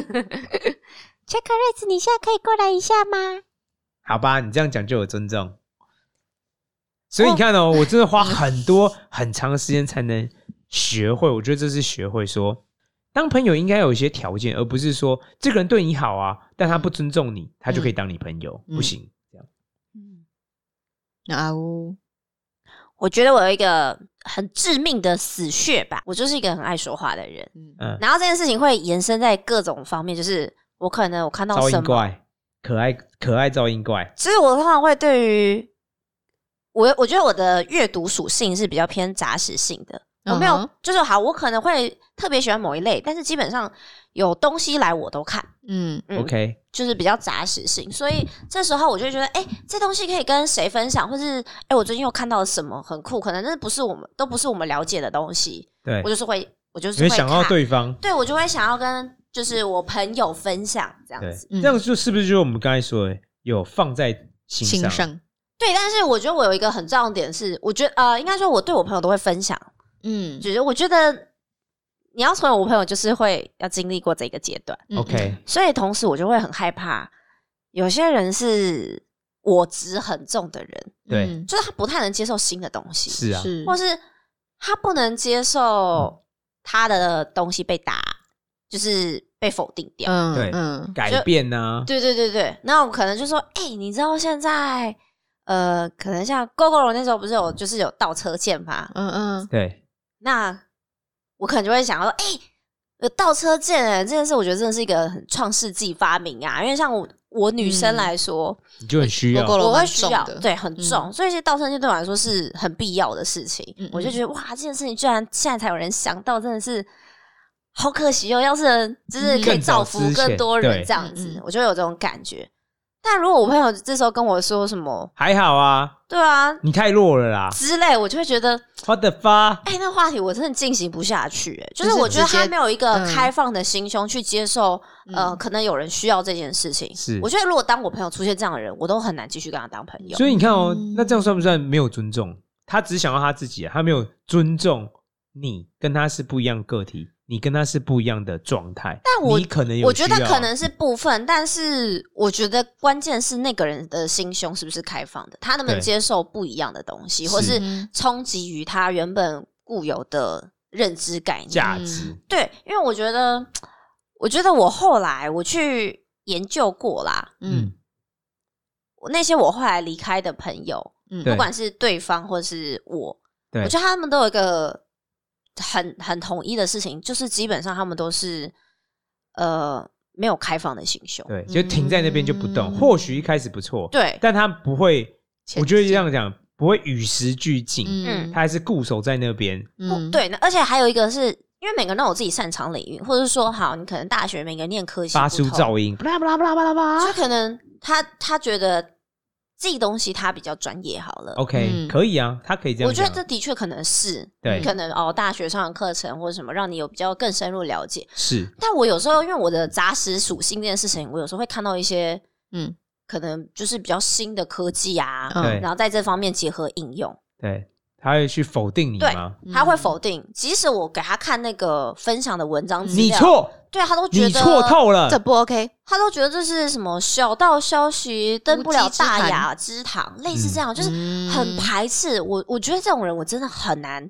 Speaker 3: Check Race，你现在可以过来一下吗？
Speaker 2: 好吧，你这样讲就有尊重。所以你看哦，我真的花很多 很长的时间才能学会，我觉得这是学会说，当朋友应该有一些条件，而不是说这个人对你好啊，但他不尊重你，他就可以当你朋友，
Speaker 1: 嗯
Speaker 2: 不行。这样
Speaker 3: 嗯
Speaker 1: 那阿啊呜，
Speaker 3: 我觉得我有一个很致命的死穴吧，我就是一个很爱说话的人。
Speaker 1: 嗯
Speaker 2: 嗯，
Speaker 3: 然后这件事情会延伸在各种方面，就是我可能我看到
Speaker 2: 噪
Speaker 3: 什
Speaker 2: 音
Speaker 3: 么，
Speaker 2: 怪，可爱可爱噪音怪，
Speaker 3: 其实我通常会对于我，我觉得我的阅读属性是比较偏杂食性的。我没有
Speaker 1: 嗯哼
Speaker 3: 就是好，我可能会特别喜欢某一类，但是基本上有东西来我都看。
Speaker 1: 嗯
Speaker 3: 嗯
Speaker 2: OK，
Speaker 3: 就是比较杂食性，所以这时候我就会觉得，哎、这东西可以跟谁分享，或是哎、我最近又看到了什么很酷，可能那不是我们都不是我们了解的东西，
Speaker 2: 对
Speaker 3: 我，就是会，我就是
Speaker 2: 你会
Speaker 3: 会
Speaker 2: 想到
Speaker 3: 看，
Speaker 2: 对方，
Speaker 3: 对我就会想要跟就是我朋友分享这样
Speaker 2: 对
Speaker 3: 子，，
Speaker 1: 嗯
Speaker 2: 这样就是不是就是我们刚才说的有放在心
Speaker 1: 心
Speaker 2: 上？
Speaker 1: 上，
Speaker 3: 对。但是我觉得我有一个很重要的点是，我觉得呃，应该说我对我朋友都会分享，
Speaker 1: 嗯
Speaker 3: 就是我觉得你要成为我朋友，就是会要经历过这个阶段，
Speaker 1: 嗯
Speaker 2: OK，
Speaker 3: 所以同时我就会很害怕，有些人是我执很重的人。
Speaker 2: 对
Speaker 1: 嗯
Speaker 3: 就是他不太能接受新的东西，
Speaker 2: 是啊，
Speaker 1: 是
Speaker 3: 或是他不能接受他的东西被打，就是被否定掉。
Speaker 1: 嗯
Speaker 2: 对
Speaker 1: 嗯
Speaker 2: 改变啊呐、
Speaker 3: 对对对对，那我可能就说，哎、你知道现在呃，可能像 GoGo 那时候不是有就是有倒车线吗？
Speaker 1: 嗯嗯
Speaker 2: 对，
Speaker 3: 那我可能就会想要说，哎、有倒车线、欸、这件事，我觉得真的是一个很创世纪发明啊！因为像我我女生
Speaker 1: 嗯
Speaker 3: 来说，
Speaker 2: 你就很需要
Speaker 1: Gogoro
Speaker 3: 我会
Speaker 1: 蛮
Speaker 3: 需
Speaker 1: 重
Speaker 3: 要，
Speaker 1: 的
Speaker 3: 对，很重，所以其实道歉就对我来说是很必要的事情。
Speaker 1: 嗯
Speaker 3: 我就
Speaker 1: 嗯
Speaker 3: 觉得哇，这件事情居然现在才有人想到，真的是好可惜哦！要是就是
Speaker 1: 嗯
Speaker 3: 可以
Speaker 2: 更早
Speaker 3: 造福
Speaker 2: 之
Speaker 3: 更
Speaker 2: 前
Speaker 3: 多
Speaker 2: 对
Speaker 3: 人这样
Speaker 1: 嗯
Speaker 3: 子
Speaker 1: 嗯，
Speaker 3: 我就会有这种感觉。但如果我朋友这时候跟我说什么
Speaker 2: 还好啊，
Speaker 3: “对啊
Speaker 2: 你太弱了啦”
Speaker 3: 之类，我就会觉得，
Speaker 2: ！What the fuck？
Speaker 3: 哎、那话题我真的进行不下去、哎，就
Speaker 1: 就是是
Speaker 3: 我觉得
Speaker 1: 直接
Speaker 3: 他没有一个
Speaker 1: 嗯
Speaker 3: 开放的心胸去接受，呃，
Speaker 1: 嗯
Speaker 3: 可能有人需要这件事情。
Speaker 2: 是
Speaker 3: 我觉得如果当我朋友出现这样的人，我都很难继续跟他当朋友。
Speaker 2: 所以你看哦
Speaker 1: 嗯，
Speaker 2: 那这样算不算没有尊重？他只想要他自己啊，他没有尊重你，跟他是不一样个体，你跟他是不一样的状态。
Speaker 3: 但我
Speaker 2: 你可能有
Speaker 3: 我觉得
Speaker 2: 需要啊
Speaker 3: 可能是部分，但是我觉得关键是那个人的心胸是不是开放的，他能不能
Speaker 2: 对
Speaker 3: 接受不一样的东西，或
Speaker 2: 是
Speaker 3: 是
Speaker 1: 嗯
Speaker 3: 冲击于他原本固有的认知概念。
Speaker 2: 价值，
Speaker 3: 对，因为我觉得，我觉得我后来我去研究过啦，
Speaker 1: 嗯，
Speaker 3: 我那些我后来离开的朋友，
Speaker 1: 嗯
Speaker 2: 对
Speaker 3: 不管是对方或是我，
Speaker 2: 对
Speaker 3: 我觉得他们都有一个很很统一的事情，就是基本上他们都是呃没有开放的行凶。
Speaker 2: 对，就停在那边就不动。
Speaker 1: 嗯
Speaker 2: 或许一开始不错，
Speaker 3: 对
Speaker 2: 但他不会，
Speaker 1: 前
Speaker 2: 我觉得
Speaker 1: 进
Speaker 2: 这样讲不会与时俱进，
Speaker 1: 嗯
Speaker 2: 他还是固守在那边。
Speaker 3: 不
Speaker 1: 嗯，
Speaker 3: 哦对，那而且还有一个是因为每个人都有自己擅长领域，或者是说，好，你可能大学每个人念科系
Speaker 2: 发
Speaker 3: 不
Speaker 2: 出
Speaker 3: 同，
Speaker 2: 噪音，巴拉巴拉巴拉巴拉巴
Speaker 3: 所以
Speaker 2: 拉。
Speaker 3: 可能他他觉得这东西他比较专业好了。
Speaker 2: OK，、
Speaker 1: 嗯
Speaker 2: 可以啊，他可以这样
Speaker 3: 我觉
Speaker 2: 讲啊。
Speaker 3: 得这的确可能是，
Speaker 2: 对
Speaker 3: 可能哦，大学上的课程或者什么，让你有比较更深入了解。
Speaker 2: 是
Speaker 3: 但我有时候因为我的杂食属性这件事情，我有时候会看到一些
Speaker 1: 嗯
Speaker 3: 可能就是比较新的科技啊，
Speaker 1: 嗯
Speaker 2: 对
Speaker 3: 然后在这方面结合应用，
Speaker 2: 对，他会去否定你
Speaker 3: 对
Speaker 2: 吗？
Speaker 1: 嗯
Speaker 3: 他会否定。即使我给他看那个分享的文章资
Speaker 2: 嗯你
Speaker 3: 料，
Speaker 2: 错，
Speaker 3: 对他都觉得
Speaker 2: 你错透了
Speaker 1: 这。不 OK，
Speaker 3: 他都觉得这是什么小道消息，登不了大雅之堂，类似这样，就是
Speaker 1: 嗯
Speaker 3: 很排斥。我我觉得这种人我真的很难，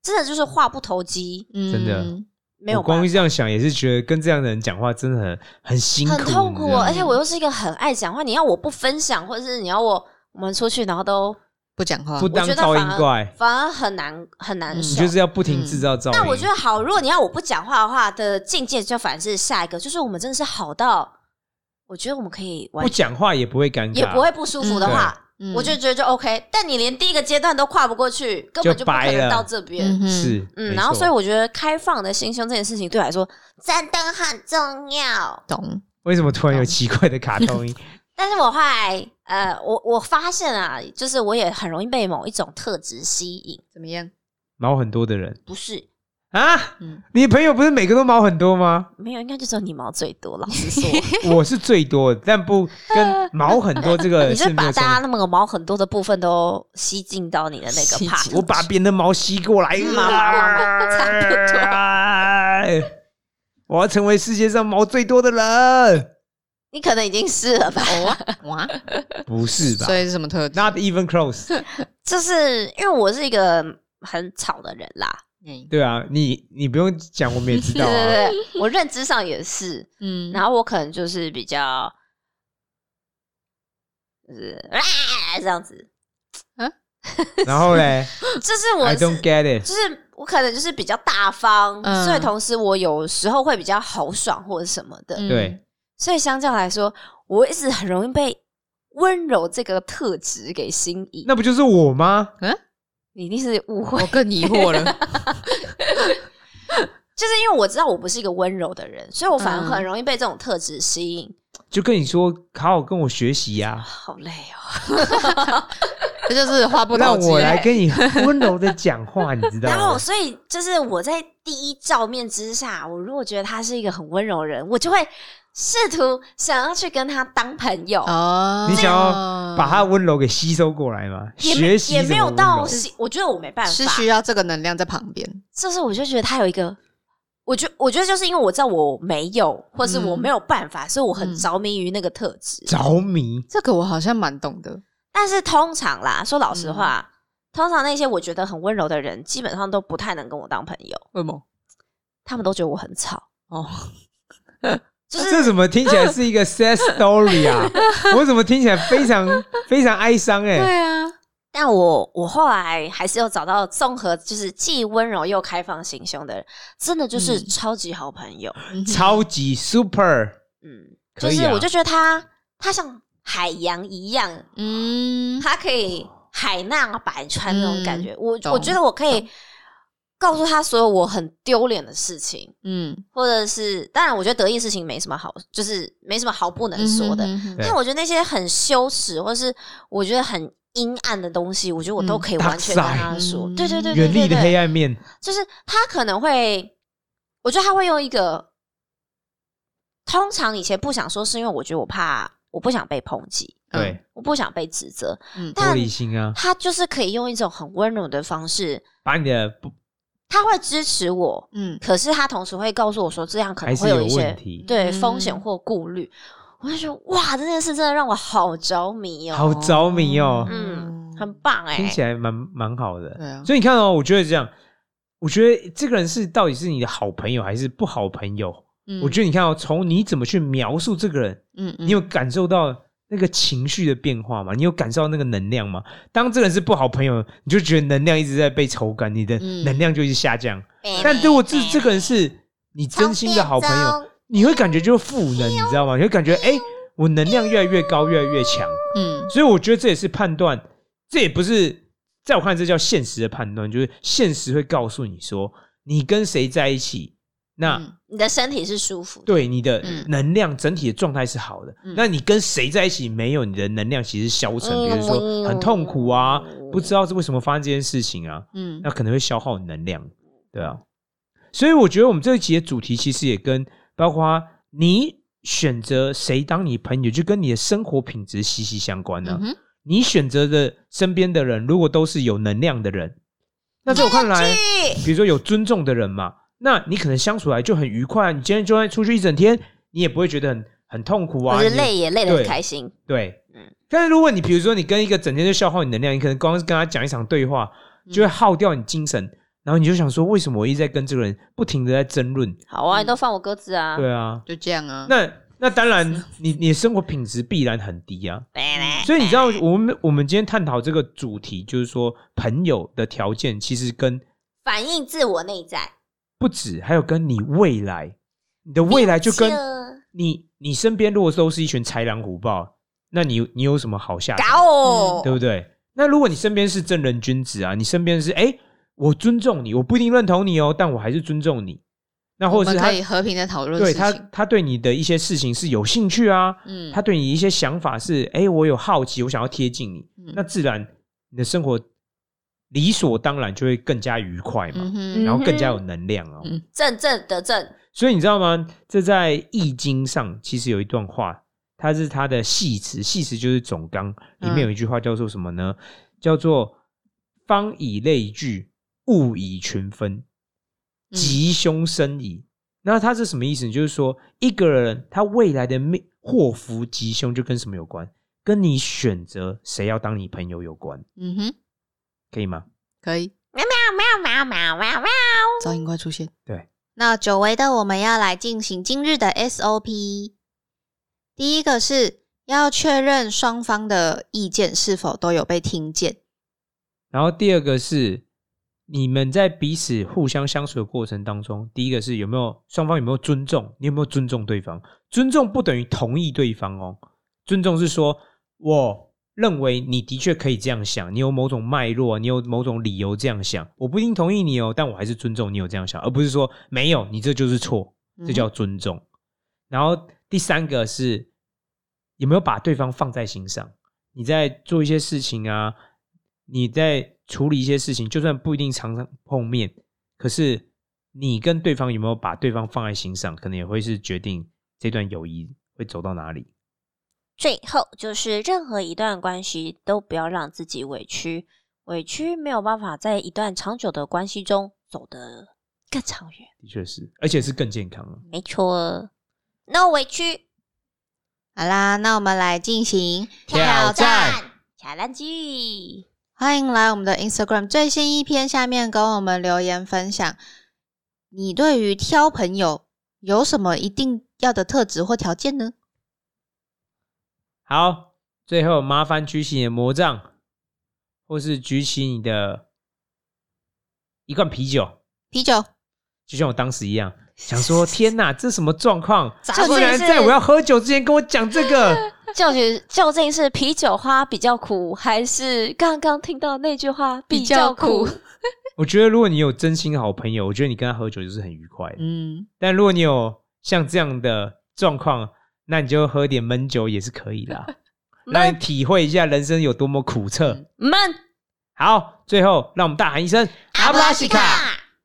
Speaker 3: 真的就是话不投机，
Speaker 2: 真的
Speaker 1: 嗯
Speaker 3: 没
Speaker 2: 我
Speaker 3: 有
Speaker 2: 光
Speaker 3: 办
Speaker 2: 是这样想也是觉得跟这样的人讲话真的很很辛苦，嗯
Speaker 3: 法，很痛苦
Speaker 2: 你
Speaker 3: 哦。
Speaker 2: 知道吗
Speaker 3: 而且我又是一个很爱讲话，你要我不分享，或者是你要我我们出去，然后都
Speaker 1: 不讲
Speaker 2: 不，
Speaker 1: 话
Speaker 3: 呃我
Speaker 2: 当
Speaker 3: 觉得
Speaker 2: 噪
Speaker 3: 反
Speaker 2: 音怪
Speaker 3: 而，反而很难很难
Speaker 1: 嗯
Speaker 2: 你
Speaker 3: 受。
Speaker 2: 就是要不停制造噪音。
Speaker 3: 但我觉得好，如果你要我不讲话的话的境界，就反而是下一个，就是我们真的是好到，我觉得我们可以完
Speaker 2: 不讲话也不会尴尬，
Speaker 3: 也不会不舒服的话。
Speaker 1: 嗯
Speaker 3: 我就觉得就 OK，但你连第一个阶段都跨不过去，根本就不可
Speaker 2: 掰了
Speaker 3: 能到这边。
Speaker 1: 哼
Speaker 2: 是
Speaker 3: 嗯，
Speaker 2: 没
Speaker 3: 然后
Speaker 2: 错
Speaker 3: 所以我觉得开放的心胸这件事情对我来说真的很重要。
Speaker 1: 懂，
Speaker 2: 为什么突然有奇怪的卡 通音？
Speaker 3: 但是我后来呃，我我发现啊，就是我也很容易被某一种特质吸引，
Speaker 1: 怎么 样？
Speaker 2: 毛很多的人
Speaker 3: 不是？
Speaker 2: 啊，
Speaker 1: 嗯，
Speaker 2: 你朋友不是每个都毛很多吗
Speaker 3: 没有，应该就只有你毛最多。老实说，
Speaker 2: 我是最多的，但不跟毛很多这个
Speaker 3: 你就是是
Speaker 2: 没
Speaker 3: 把
Speaker 2: 有冲
Speaker 3: 大家那么毛很多的部分都吸进到你的那
Speaker 1: 吸
Speaker 3: 个
Speaker 1: 进
Speaker 3: part，
Speaker 2: 我把别人的毛吸过来，
Speaker 3: 嗯毛毛毛 差不多
Speaker 2: 哎我要成为世界上毛最多的人，
Speaker 3: 你可能已经是了吧？
Speaker 1: 哦啊哇，
Speaker 2: 不 是吧
Speaker 1: 所以是什么特质？
Speaker 2: ？Not even close。
Speaker 3: 就是因为我是一个很吵的人啦，
Speaker 1: 嗯
Speaker 2: 对啊，你你不用讲，我们也知
Speaker 3: 对
Speaker 2: 道 啊。
Speaker 3: 对对，我认知上也是。
Speaker 1: 嗯，
Speaker 3: 然后我可能就是比较，就是啊这样子，
Speaker 2: 然后嘞
Speaker 3: 就是 我
Speaker 2: ，I don't
Speaker 3: 是
Speaker 2: get it。
Speaker 3: 就是我可能就是比较大方，
Speaker 1: 嗯
Speaker 3: 所以同时我有时候会比较豪爽或者什么的，
Speaker 1: 嗯
Speaker 2: 对，
Speaker 3: 所以相较来说，我一直很容易被温柔这个特质给吸引。
Speaker 2: 那不就是我吗？
Speaker 3: 你一定是误会
Speaker 1: 我，更疑惑 了，
Speaker 3: 就是因为我知道我不是一个温柔的人，所以我反而
Speaker 1: 嗯
Speaker 3: 很容易被这种特质吸引。
Speaker 2: 就跟你说，好好跟我学习啊呀、
Speaker 3: 好累哦，
Speaker 1: 这就是话不投
Speaker 2: 让
Speaker 1: 机。哦
Speaker 2: 我来跟你 温柔的讲话，你知 道
Speaker 3: 然后
Speaker 2: 吗？
Speaker 3: 所以就是我在第一照面之下，我如果觉得他是一个很温柔的人，我就会试图想要去跟他当朋友，
Speaker 1: 哦，
Speaker 2: 你想要把他温柔给吸收过来嘛？
Speaker 3: 也没
Speaker 2: 学习
Speaker 3: 也没有
Speaker 2: 怎么温柔
Speaker 3: 到吸，我觉得我没办法，
Speaker 1: 是需要这个能量在旁边，
Speaker 3: 就是我就觉得他有一个。我觉我觉得就是因为我知道我没有，或是我
Speaker 1: 嗯
Speaker 3: 没有办法，所以我很
Speaker 1: 嗯
Speaker 3: 着迷于那个特质。
Speaker 2: 着迷，
Speaker 1: 这个我好像蛮懂的。
Speaker 3: 但是通常啦，说老实
Speaker 2: 嗯
Speaker 3: 话，通常那些我觉得很温柔的人，基本上都不太能跟我当朋友，
Speaker 1: 为什么？
Speaker 3: 他们都觉得我很吵。
Speaker 1: 哦，
Speaker 3: 就是
Speaker 2: 这怎么听起来是一个 sad story 啊？我怎么听起来非常非常哀伤哎、
Speaker 1: 啊，
Speaker 3: 但我我后来还是有找到综合，就是既温柔又开放心胸的人，真的就是
Speaker 1: 嗯
Speaker 3: 超级好朋友。
Speaker 1: 嗯
Speaker 2: 超级 super，
Speaker 3: 嗯，就
Speaker 2: 可以
Speaker 3: 是
Speaker 2: 啊
Speaker 3: 我就觉得他他像海洋一样，
Speaker 1: 嗯，
Speaker 3: 他可以海纳百川那种感觉。我
Speaker 1: 懂
Speaker 3: 我觉得我可以告诉他所有我很丢脸的事情，
Speaker 1: 嗯，
Speaker 3: 或者是当然，我觉得得意事情没什么好，就是没什么好不能说的。
Speaker 1: 嗯哼哼
Speaker 2: 对
Speaker 3: 但我觉得那些很羞耻，或是我觉得很阴暗的东西，我觉得我都
Speaker 1: 嗯
Speaker 3: 可以完全跟他说。
Speaker 1: Dark side
Speaker 3: 对对对对
Speaker 2: 原
Speaker 3: 对
Speaker 2: 力的
Speaker 3: 对
Speaker 2: 黑暗面，
Speaker 3: 就是他可能会，我觉得他会用一个，通常以前不想说，是因为我觉得我怕，我不想被抨击，
Speaker 1: 嗯
Speaker 2: 对，
Speaker 3: 我不想被指责。
Speaker 1: 嗯
Speaker 2: 玻
Speaker 3: 但
Speaker 2: 璃心啊，
Speaker 3: 他就是可以用一种很温柔的方式，
Speaker 2: 把你的不
Speaker 3: 他会支持我，
Speaker 1: 嗯
Speaker 3: 可是他同时会告诉我说，这样可
Speaker 2: 还
Speaker 3: 能
Speaker 2: 是
Speaker 3: 会一
Speaker 2: 有问
Speaker 3: 些
Speaker 2: 题，
Speaker 3: 对
Speaker 1: 嗯
Speaker 3: 风险或顾虑。我就觉得哇，这件事真的让我好着迷哦，
Speaker 2: 好着迷哦
Speaker 3: 嗯，很棒哎、
Speaker 2: 听起来蛮蛮好的。
Speaker 1: 对啊
Speaker 2: 所以你看哦，我觉得这样，我觉得这个人是到底是你的好朋友还是不好朋友？我
Speaker 3: 嗯
Speaker 2: 觉得
Speaker 1: 得，
Speaker 2: 你看哦，从你怎么去描述这个人，
Speaker 1: 嗯，
Speaker 2: 你有感受到那个情绪的变化嘛？你有感受到那个能量吗？当这个人是不好朋友，你就觉得能量一直在被抽干，你的
Speaker 1: 嗯
Speaker 2: 能量就一直下降。
Speaker 3: 北
Speaker 2: 但
Speaker 3: 美
Speaker 2: 如果这
Speaker 3: 北
Speaker 2: 这个人是你真心的好朋友，，你会感觉就是赋能，你知道吗？你会感觉哎、我能量越来越高，越来越强。
Speaker 1: 嗯
Speaker 2: 所以我觉得这也是判断，这也不是在我看来这叫现实的判断，就是现实会告诉你说你跟谁在一起，那、
Speaker 1: 嗯
Speaker 3: 你的身体是舒服的。
Speaker 2: 对你的
Speaker 1: 嗯
Speaker 2: 能量整体的状态是好的。
Speaker 1: 嗯
Speaker 2: 那你跟谁在一起没有你的能量其实消沉，比如说很痛苦啊，
Speaker 1: 哦
Speaker 2: 不知道是为什么发生这件事情啊，
Speaker 1: 嗯
Speaker 2: 那可能会消耗能量，对啊。所以我觉得我们这一集的主题其实也跟包括你选择谁当你朋友，就跟你的生活品质息息相关呢、
Speaker 1: 嗯哼，
Speaker 2: 你选择的身边的人，如果都是有能量的人，那在我看来，比如说有尊重的人嘛，那你可能相处来就很愉快。你今天就算出去一整天，你也不会觉得很很痛苦啊，
Speaker 3: 我觉得
Speaker 2: 你
Speaker 3: 累也累得
Speaker 2: 对
Speaker 3: 很开心。
Speaker 2: 对
Speaker 3: 嗯，
Speaker 2: 但是如果你比如说你跟一个整天就消耗你能量，你可能光是跟他讲一场对话，就会耗掉你精神，然后你就想说，为什么我一直在跟这个人不停的在争论？
Speaker 3: 好啊，
Speaker 1: 嗯
Speaker 3: 你都放我鸽子啊！
Speaker 2: 对啊，
Speaker 1: 就这样啊。
Speaker 2: 那那当然，你你的生活品质必然很低啊。
Speaker 3: 拜拜
Speaker 2: 所以你知道，我们我们今天探讨这个主题，就是说朋友的条件其实跟
Speaker 3: 反映自我内在，
Speaker 2: 不止，还有跟你未来，你的未来就跟你你身边如果都是一群豺狼虎豹，那你你有什么好下场？
Speaker 3: 搞哦
Speaker 2: 嗯对，不对？那如果你身边是正人君子啊，你身边是哎、诶我尊重你，我不一定认同你哦，但我还是尊重你。那
Speaker 1: 我
Speaker 2: 或者
Speaker 1: 们
Speaker 2: 是
Speaker 1: 可
Speaker 2: 他
Speaker 1: 以和平的讨论
Speaker 2: 对
Speaker 1: 事
Speaker 2: 他
Speaker 1: 情。
Speaker 2: 他对你的一些事情是有兴趣啊，
Speaker 1: 嗯，
Speaker 2: 他对你一些想法是哎、诶我有好奇，我想要贴近你，
Speaker 1: 嗯
Speaker 2: 那自然你的生活理所当然就会更加愉快嘛，
Speaker 1: 嗯哼
Speaker 3: 嗯
Speaker 2: 然后更加有能量哦。
Speaker 1: 嗯
Speaker 3: 正正得正，
Speaker 2: 所以你知道吗？这在《易经》上其实有一段话，它是它的系词，系词就是总纲。里面有一句话叫做什么呢？叫做“方以类聚，物以群分，
Speaker 1: 嗯
Speaker 2: 吉凶生矣”那它是什么意思？就是说，一个人他未来的命祸福吉凶就跟什么有关？跟你选择谁要当你朋友有关，
Speaker 1: 嗯哼，
Speaker 2: 可以吗？
Speaker 1: 可以。
Speaker 3: 喵喵喵喵喵。
Speaker 1: 噪音快出现。
Speaker 2: 对，
Speaker 1: 那久违的我们要来进行今日的 SOP。第一个是要确认双方的意见是否都有被听见。
Speaker 2: 然后第二个是你们在彼此互相相处的过程当中，第一个是有没有双方有没有尊重，你有没有尊重对方？尊重不等于同意对方哦，尊重是说我认为你的确可以这样想，你有某种脉络，你有某种理由这样想，我不一定同意你哦，但我还是尊重你有这样想，而不是说没有，你这就是错，
Speaker 1: 嗯
Speaker 2: 这叫尊重。然后第三个是有没有把对方放在心上？你在做一些事情啊，你在处理一些事情，就算不一定常常碰面，可是你跟对方有没有把对方放在心上，可能也会是决定这段友谊会走到哪里。
Speaker 3: 最后就是，任何一段关系都不要让自己委屈，委屈没有办法在一段长久的关系中走得更长远。
Speaker 2: 的确是，而且是更健康啊了。
Speaker 3: 没错，no 委屈
Speaker 1: 好啦，那我们来进行
Speaker 2: 挑战
Speaker 3: 挑战机。
Speaker 1: 欢迎来我们的 Instagram 最新一篇下面跟我们留言分享，你对于挑朋友有什么一定要的特质或条件呢？
Speaker 2: 好，最后麻烦举起你的魔杖，或是举起你的一罐啤酒，
Speaker 1: 啤酒，
Speaker 2: 就像我当时一 样，想说天哪，这什么状况？
Speaker 3: 咋
Speaker 2: 竟
Speaker 3: 会
Speaker 2: 然
Speaker 3: 是
Speaker 2: 在我要喝酒之前跟我讲这 个，
Speaker 3: 究竟究竟是啤酒花比较苦，还是刚刚听到那句话比较苦？
Speaker 2: 我觉得如果你有真心好朋友，我觉得你跟他喝酒就是很愉快的。
Speaker 1: 嗯，
Speaker 2: 但如果你有像这样的状况，那你就喝点闷酒也是可以 的，让你体会一下人生有多么苦
Speaker 1: 嗯
Speaker 2: 涩。
Speaker 3: 闷
Speaker 2: 好，最后让我们啊大喊一声阿布拉西卡，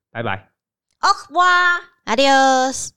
Speaker 2: 拜拜。
Speaker 3: 哦哇！
Speaker 1: Adios。